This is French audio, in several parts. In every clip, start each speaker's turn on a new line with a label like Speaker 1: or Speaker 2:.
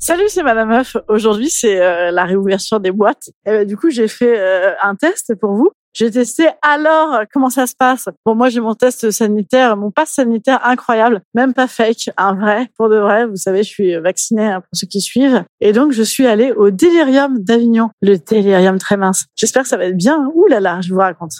Speaker 1: Salut, c'est Madame Meuf. Aujourd'hui, c'est euh, la réouverture des boîtes. Et ben, du coup, j'ai fait euh, un test pour vous. J'ai testé alors euh, comment ça se passe. Bon, moi, j'ai mon test sanitaire, mon pass sanitaire incroyable, même pas fake, un vrai, pour de vrai. Vous savez, je suis vaccinée hein, pour ceux qui suivent. Et donc, je suis allée au Délirium d'Avignon, le Délirium très mince. J'espère que ça va être bien. Ouh là là, je vous raconte.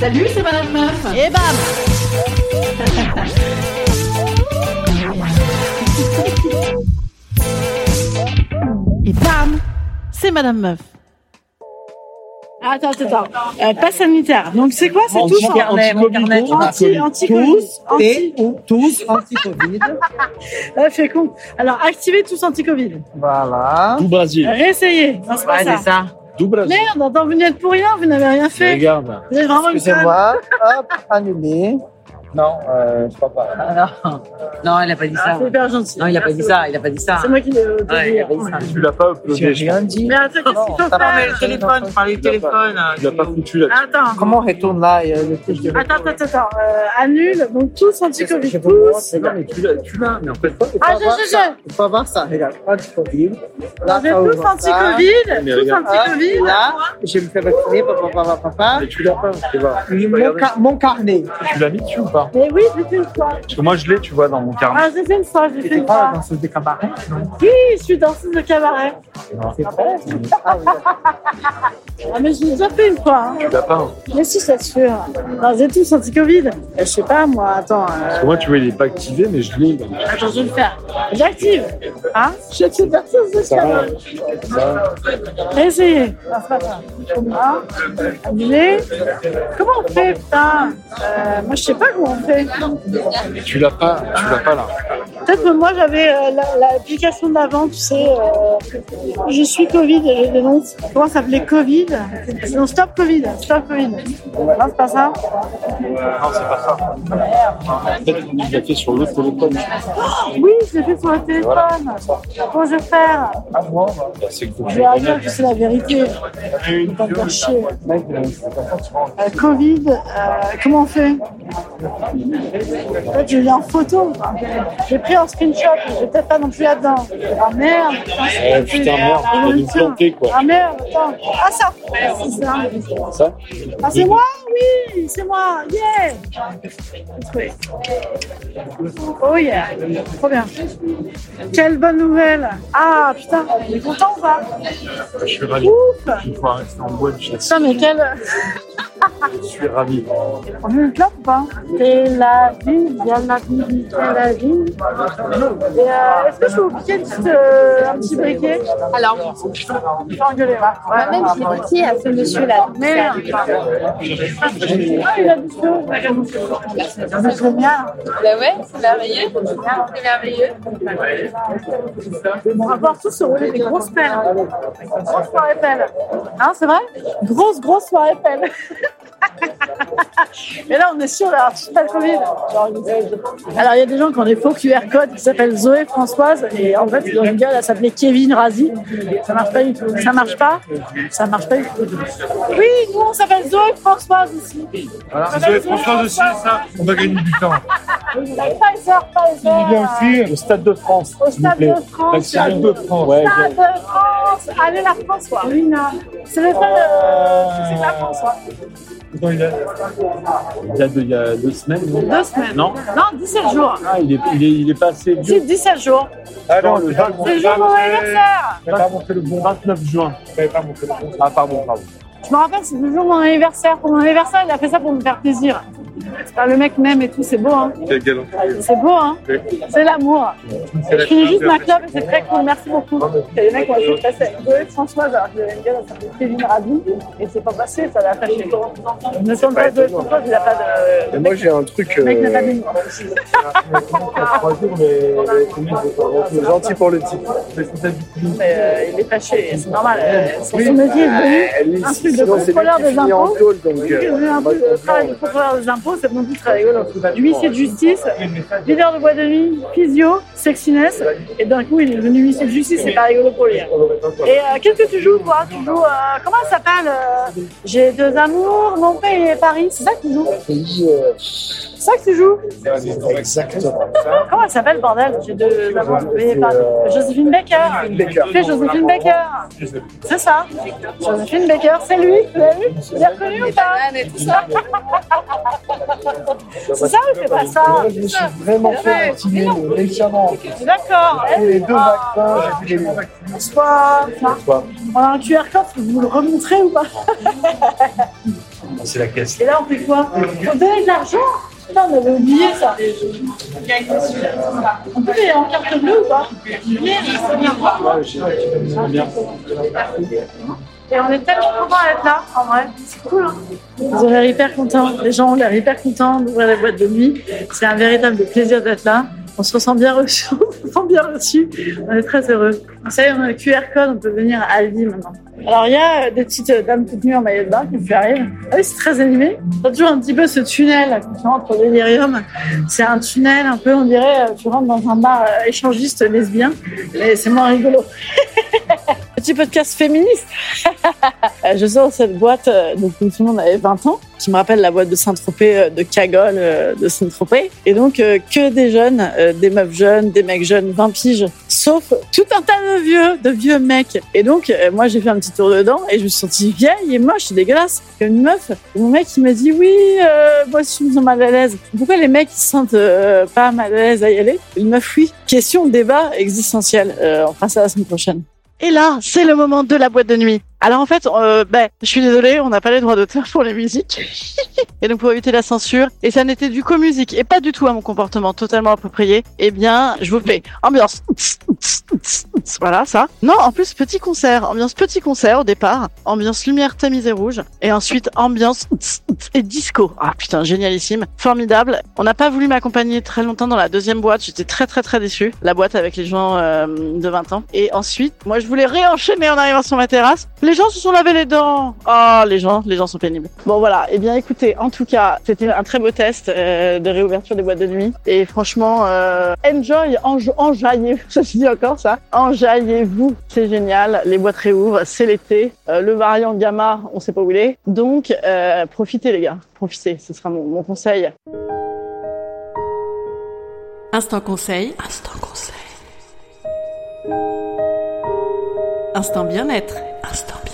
Speaker 2: Salut, c'est Madame Meuf.
Speaker 1: Et bam Et bam C'est Madame Meuf. Ah, Attends, attends, attends. Euh, pas sanitaire. Donc c'est quoi C'est
Speaker 3: Anti-
Speaker 1: tous en-
Speaker 3: anti-Covid, on
Speaker 1: Anti,
Speaker 3: appelle
Speaker 1: anti,
Speaker 3: tous
Speaker 1: anti-
Speaker 3: et ou tous anti-Covid.
Speaker 1: Euh, fait con. Alors activez tous anti-Covid.
Speaker 3: voilà.
Speaker 4: Du Brésil.
Speaker 1: Réessayez. Non, c'est pas ça.
Speaker 4: Du Brésil.
Speaker 1: Merde, attends, vous n'y êtes pour rien. Vous n'avez rien fait.
Speaker 4: Regarde.
Speaker 1: Vous êtes vraiment une conne.
Speaker 3: Excusez-moi. Hop, annulé. Non, euh, je crois
Speaker 4: Ah,
Speaker 3: pas.
Speaker 2: non. non, il a pas dit
Speaker 1: Ah,
Speaker 2: ça.
Speaker 1: C'est hyper gentil.
Speaker 2: Non, il a pas dit
Speaker 1: Merci
Speaker 2: ça. Il a pas dit ça.
Speaker 1: beaucoup. C'est moi qui l'ai au début.
Speaker 2: Ouais, il a pas dit ça.
Speaker 4: Tu l'as pas
Speaker 3: J'ai
Speaker 4: uploadé. je crois.
Speaker 3: rien dit.
Speaker 1: Mais attends, qu'est-ce qu'il faut
Speaker 3: ça va, mais
Speaker 1: faire
Speaker 3: le téléphone,
Speaker 2: je parlais
Speaker 4: du téléphone, Tu l'as pas foutu là.
Speaker 1: Attends.
Speaker 3: Ah, Comment on retourne là et, euh, le truc de-
Speaker 1: Attends, attends, attends. Euh, annule, donc tous
Speaker 3: Je
Speaker 1: anti-Covid,
Speaker 3: vous montre,
Speaker 1: tous.
Speaker 3: c'est
Speaker 4: Non,
Speaker 3: là.
Speaker 4: mais tu l'as, tu l'as, mais en fait pas.
Speaker 1: Ah,
Speaker 3: Faut
Speaker 1: je,
Speaker 3: voir
Speaker 1: je,
Speaker 3: ça.
Speaker 1: je.
Speaker 3: Faut voir ça. Regarde, anti-Covid. Là,
Speaker 1: J'ai
Speaker 3: ça
Speaker 1: tous
Speaker 3: ouvre ça.
Speaker 1: anti-Covid,
Speaker 4: Ah, Mais
Speaker 1: tous
Speaker 4: regarde.
Speaker 3: Hop,
Speaker 1: anti-Covid.
Speaker 3: là, je me fais vacciner, papa, papa, papa.
Speaker 4: Mais tu l'as pas. Tu vas- tu vas
Speaker 3: Mon,
Speaker 4: regarder.
Speaker 3: car- mon carnet.
Speaker 4: Tu l'as mis dessus ou pas
Speaker 1: Mais oui, j'ai fait une fois.
Speaker 4: Parce que moi je l'ai, tu vois, dans mon carnet.
Speaker 1: Ah, j'ai fait une fois, j'ai fait
Speaker 3: C'était
Speaker 1: une
Speaker 3: pas
Speaker 1: fois.
Speaker 3: la danseuse des cabarets, non
Speaker 1: Oui, je suis danseuse de cabaret.
Speaker 3: C'est vrai Ah oui,
Speaker 1: Ah, mais j'ai déjà fait une fois. hein.
Speaker 4: Tu l'as pas. hein.
Speaker 1: Mais si, ça se fait. hein. Non, j'ai tous anti-Covid. Euh, Je sais pas, moi, attends. euh,
Speaker 4: Parce que moi, tu vois, il est pas activé, mais je l'ai.
Speaker 1: Attends, je vais le faire. J'active. Hein Je suis danseuse de cabaret. Essayez. Non, c'est pas ça. Hein Annulé. Comment on fait, putain Euh, Moi, je sais pas comment on fait.
Speaker 4: Tu l'as pas. Tu l'as pas là.
Speaker 1: Peut-être que moi j'avais euh, la- l'application d'avant, tu sais, euh, je suis Covid et je dénonce. Comment ça s'appelait Covid Non, stop Covid, stop Covid. Non, c'est pas ça
Speaker 4: Non, c'est pas ça. Peut-être que tu l'as fait sur l'autre téléphone.
Speaker 1: Oh, Oui, je l'ai fait sur le téléphone. Comment je vais faire
Speaker 4: Bah, C'est que faut que
Speaker 1: Je
Speaker 4: je
Speaker 1: vais
Speaker 4: le
Speaker 1: avouer
Speaker 4: remette.
Speaker 1: que c'est la vérité.
Speaker 4: Une,
Speaker 1: Pas me faire chier.
Speaker 3: mec, euh, c'est pas ça, tu vois.
Speaker 1: Euh, Covid, euh, comment on fait En fait, je l'ai en photo. quoi. J'ai pris en screenshot, mais j'ai peut-être pas non plus là-dedans. Ah merde putain, c'est
Speaker 4: Ouais,
Speaker 1: pas fait.
Speaker 4: Eh, putain, merde,
Speaker 1: Ah,
Speaker 4: on va nous
Speaker 1: putain.
Speaker 4: planter, quoi.
Speaker 1: Ah merde, attends. Ah ça C'est ça.
Speaker 4: Ça
Speaker 1: Ah, c'est moi Oui, c'est moi Yeah Trouvé. Oh yeah Trop bien. Quelle bonne nouvelle Ah putain, on est content ou pas
Speaker 4: Je suis ravi.
Speaker 1: Ouf
Speaker 4: Je vais pouvoir rester en boîte. Je
Speaker 1: Putain, mais quelle...
Speaker 4: suis ravi.
Speaker 1: On veut une clope ou pas Tel Aviv, Tel Aviv, Tel Aviv. Et, euh, Est-ce que je peux vous piquer une petite, euh, un petit briquet
Speaker 5: Alors,
Speaker 1: Je vais engueuler, ouais. Ouais.
Speaker 5: moi-même, j'ai piqué à ce monsieur-là.
Speaker 1: Merde Ah, il a du chaud C'est génial
Speaker 5: Bah ouais, c'est merveilleux. C'est merveilleux.
Speaker 1: On va pouvoir tous se rouler des grosses pelles. Grosse soirée pelle. Hein, c'est vrai Grosse, grosse soirée pelle. Mais là, on est sûr d'avoir tout pas le Covid. Genre, ils- Alors, il y a des gens qui ont des faux QR codes qui s'appellent Zoé Françoise et en fait, dans une gueule, elle s'appelait Kevin Razi. Ça marche pas du tout. Ça marche pas Ça marche pas du tout. Oui, nous, on s'appelle Zoé Françoise ici.
Speaker 4: Voilà.
Speaker 1: Ah,
Speaker 4: Vous
Speaker 1: bah,
Speaker 4: avez François aussi, ça On va gagner du temps.
Speaker 1: Pfizer, Pfizer. euh,
Speaker 4: Au Stade de France.
Speaker 1: Au Stade de France.
Speaker 4: Stade de France.
Speaker 1: Stade de France. France, allez la France, quoi. C'est le seul, euh, c'est la France, quoi.
Speaker 4: Quand il date Il date d'il y a deux semaines, non
Speaker 1: Deux semaines.
Speaker 4: Non
Speaker 1: Non, 17 jours.
Speaker 4: Ah, il est, il est, il est passé
Speaker 1: Si,
Speaker 4: du
Speaker 1: 17 jours.
Speaker 3: Ah non,
Speaker 4: Non,
Speaker 3: le
Speaker 4: le
Speaker 3: vin,
Speaker 4: vin,
Speaker 3: bon,
Speaker 1: C'est le jour de mon anniversaire.
Speaker 3: J'avais pas montré le bon.
Speaker 4: 29 juin.
Speaker 3: J'avais pas montré le bon.
Speaker 4: Ah, pardon, pardon.
Speaker 1: Je me rappelle, c'est le jour de mon anniversaire. Pour mon anniversaire, il a fait ça pour me faire plaisir. Enfin, le mec m'aime et tout, c'est beau, hein.
Speaker 4: Quel galanterie.
Speaker 1: C'est beau, hein.
Speaker 4: Oui.
Speaker 1: C'est l'amour. Je finis juste ma clope et c'est très cool. Merci beaucoup. C'est les mecs, moi, je suis passée avec Chloé, Françoise, alors que j'avais une gueule, ça s'appelait Céline Rabou, et c'est pas passé, ça l'a fâché. Ne sont pas de Françoise, il a pas de.
Speaker 3: Et moi, j'ai un truc.
Speaker 1: Le mec n'a pas
Speaker 3: euh,
Speaker 1: d'humour.
Speaker 3: trois jours, mais c'est gentil pour le type.
Speaker 1: Mais euh, il est fâché, c'est normal. euh, Son son métier est devenu.
Speaker 3: Euh, lui,
Speaker 1: un
Speaker 3: si-
Speaker 1: truc de
Speaker 3: sinon, c'est lui
Speaker 1: contrôleur
Speaker 3: qui
Speaker 1: des
Speaker 3: finit en
Speaker 1: impôts.
Speaker 3: tôle, donc.
Speaker 1: Vu que j'ai
Speaker 3: euh,
Speaker 1: un
Speaker 3: moi,
Speaker 1: peu
Speaker 3: je
Speaker 1: de
Speaker 3: comprends,
Speaker 1: travail de
Speaker 3: ouais.
Speaker 1: procureur des impôts, c'est mon plus très rigolo. Huissier de justice, leader de bois de nuit, physio, sexiness, et d'un coup il est devenu huissier de justice, c'est pas rigolo pour lui. hein. Et euh, qu'est-ce que tu joues, toi Tu joues, euh, comment ça s'appelle euh, J'ai deux amours, mon pays et Paris, c'est ça que tu joues
Speaker 3: Pays, euh,
Speaker 1: C'est ça que tu joues
Speaker 3: Exactement.
Speaker 1: Comment elle s'appelle, bordel J'ai deux amours, mon pays et Paris. euh, Joséphine Baker
Speaker 3: Baker.
Speaker 1: Fais Joséphine Baker C'est ça Joséphine Baker, c'est lui Vous l'avez vu Vous l'avez reconnu ou pas
Speaker 5: bananes et tout ça.
Speaker 1: C'est ça ou c'est pas ça
Speaker 3: Moi, je me suis vraiment fait vacciner euh, récemment.
Speaker 1: D'accord.
Speaker 3: J'ai pris les deux
Speaker 1: Ah.
Speaker 3: vaccins, j'ai pris les
Speaker 1: Bonsoir.
Speaker 3: Bonsoir.
Speaker 1: On a un QR code, vous le remontrez ou pas
Speaker 4: C'est la caisse.
Speaker 1: Et là, on fait quoi On donne de l'argent Putain, on avait oublié ça. On peut payer en carte bleue ou pas
Speaker 3: Ah,
Speaker 1: Et on est tellement contents d'être là, en vrai. C'est cool. Hein Ils ont l'air hyper contents. Les gens ont l'air hyper contents d'ouvrir la boîte de nuit. C'est un véritable plaisir d'être là. On se ressent bien reçu. On se sent bien reçu. On est très heureux. Vous savez, on a le QR code, on peut venir à vie maintenant. Alors, il y a euh, des petites euh, dames toutes nues en maillot de bain qui me fait rire. Ah oui, c'est très animé. T'as toujours un petit peu ce tunnel quand tu rentres au délirium. C'est un tunnel un peu, on dirait, euh, tu rentres dans un bar euh, échangiste lesbien. Mais c'est moins rigolo. Petit podcast féministe. Euh, Je sors de cette boîte, euh, donc où tout le monde avait 20 ans, qui me rappelle la boîte de Saint-Tropez, euh, de Cagole, euh, de Saint-Tropez. Et donc, euh, que des jeunes, euh, des meufs jeunes, des mecs jeunes, 20 piges, sauf tout un tas de vieux, de vieux mecs. Et donc, euh, moi, j'ai fait un petit tour dedans et je me suis sentie vieille et moche et dégueulasse comme une meuf. Et mon mec, il m'a dit, oui, euh, moi aussi, je me sens mal à l'aise. Pourquoi les mecs, ils se sentent euh, pas mal à l'aise à y aller Une meuf, oui. Question, débat existentiel. Euh, on fera ça la semaine prochaine. Et là, c'est le moment de la boîte de nuit. Alors en fait, euh, ben, je suis désolée, on n'a pas les droits d'auteur pour les musiques. et donc pour éviter la censure, et ça n'était du qu'aux musiques et pas du tout à mon comportement totalement approprié, eh bien, je vous fais ambiance. voilà, ça. Non, en plus, petit concert. Ambiance petit concert au départ. Ambiance lumière tamisée rouge. Et ensuite, ambiance et disco. Ah putain, génialissime. Formidable. On n'a pas voulu m'accompagner très longtemps dans la deuxième boîte. J'étais très très très déçue. La boîte avec les gens euh, de 20 ans. Et ensuite, moi je voulais réenchaîner en arrivant sur ma terrasse. Les gens se sont lavés les dents. Ah, les gens, les gens sont pénibles. Bon voilà. Eh bien écoutez, en tout cas, c'était un très beau test euh, de réouverture des boîtes de nuit. Et franchement, euh, enjoy, enj enjaillez. Ça se dit encore ça. Enjaillez-vous. C'est génial. Les boîtes réouvrent. C'est l'été. Euh, le variant gamma, on sait pas où il est. Donc euh, profitez les gars. Profitez. Ce sera mon, mon conseil.
Speaker 6: Instant conseil. Instant conseil. Instant bien-être. Instant bien-être.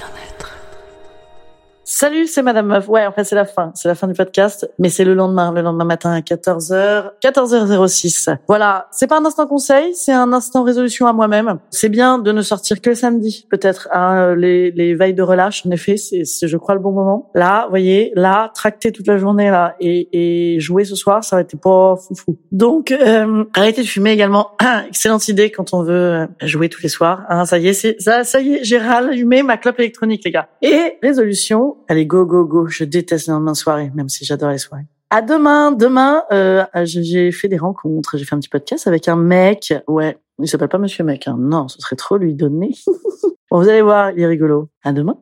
Speaker 1: Salut, c'est Madame Meuf. Ouais, en fait, c'est la fin. C'est la fin du podcast, mais c'est le lendemain, le lendemain matin à 14h, 14h06. Voilà, c'est pas un instant conseil, c'est un instant résolution à moi-même. C'est bien de ne sortir que le samedi, peut-être, hein, les, les veilles de relâche. En effet, c'est, c'est, je crois, le bon moment. Là, voyez, là, tracter toute la journée, là, et, et jouer ce soir, ça va être pas foufou. Donc, euh, arrêtez de fumer également. Excellente idée quand on veut euh, jouer tous les soirs. Hein, ça y est, c'est, ça, ça y est, j'ai rallumé ma clope électronique, les gars. Et résolution, allez go go go. Je déteste les lendemains de soirée, même si j'adore les soirées. À demain, demain, euh, je- j'ai fait des rencontres, j'ai fait un petit podcast avec un mec. Ouais, il s'appelle pas Monsieur Mec. hein. Non, ce serait trop lui donner. bon, vous allez voir, il est rigolo. À demain.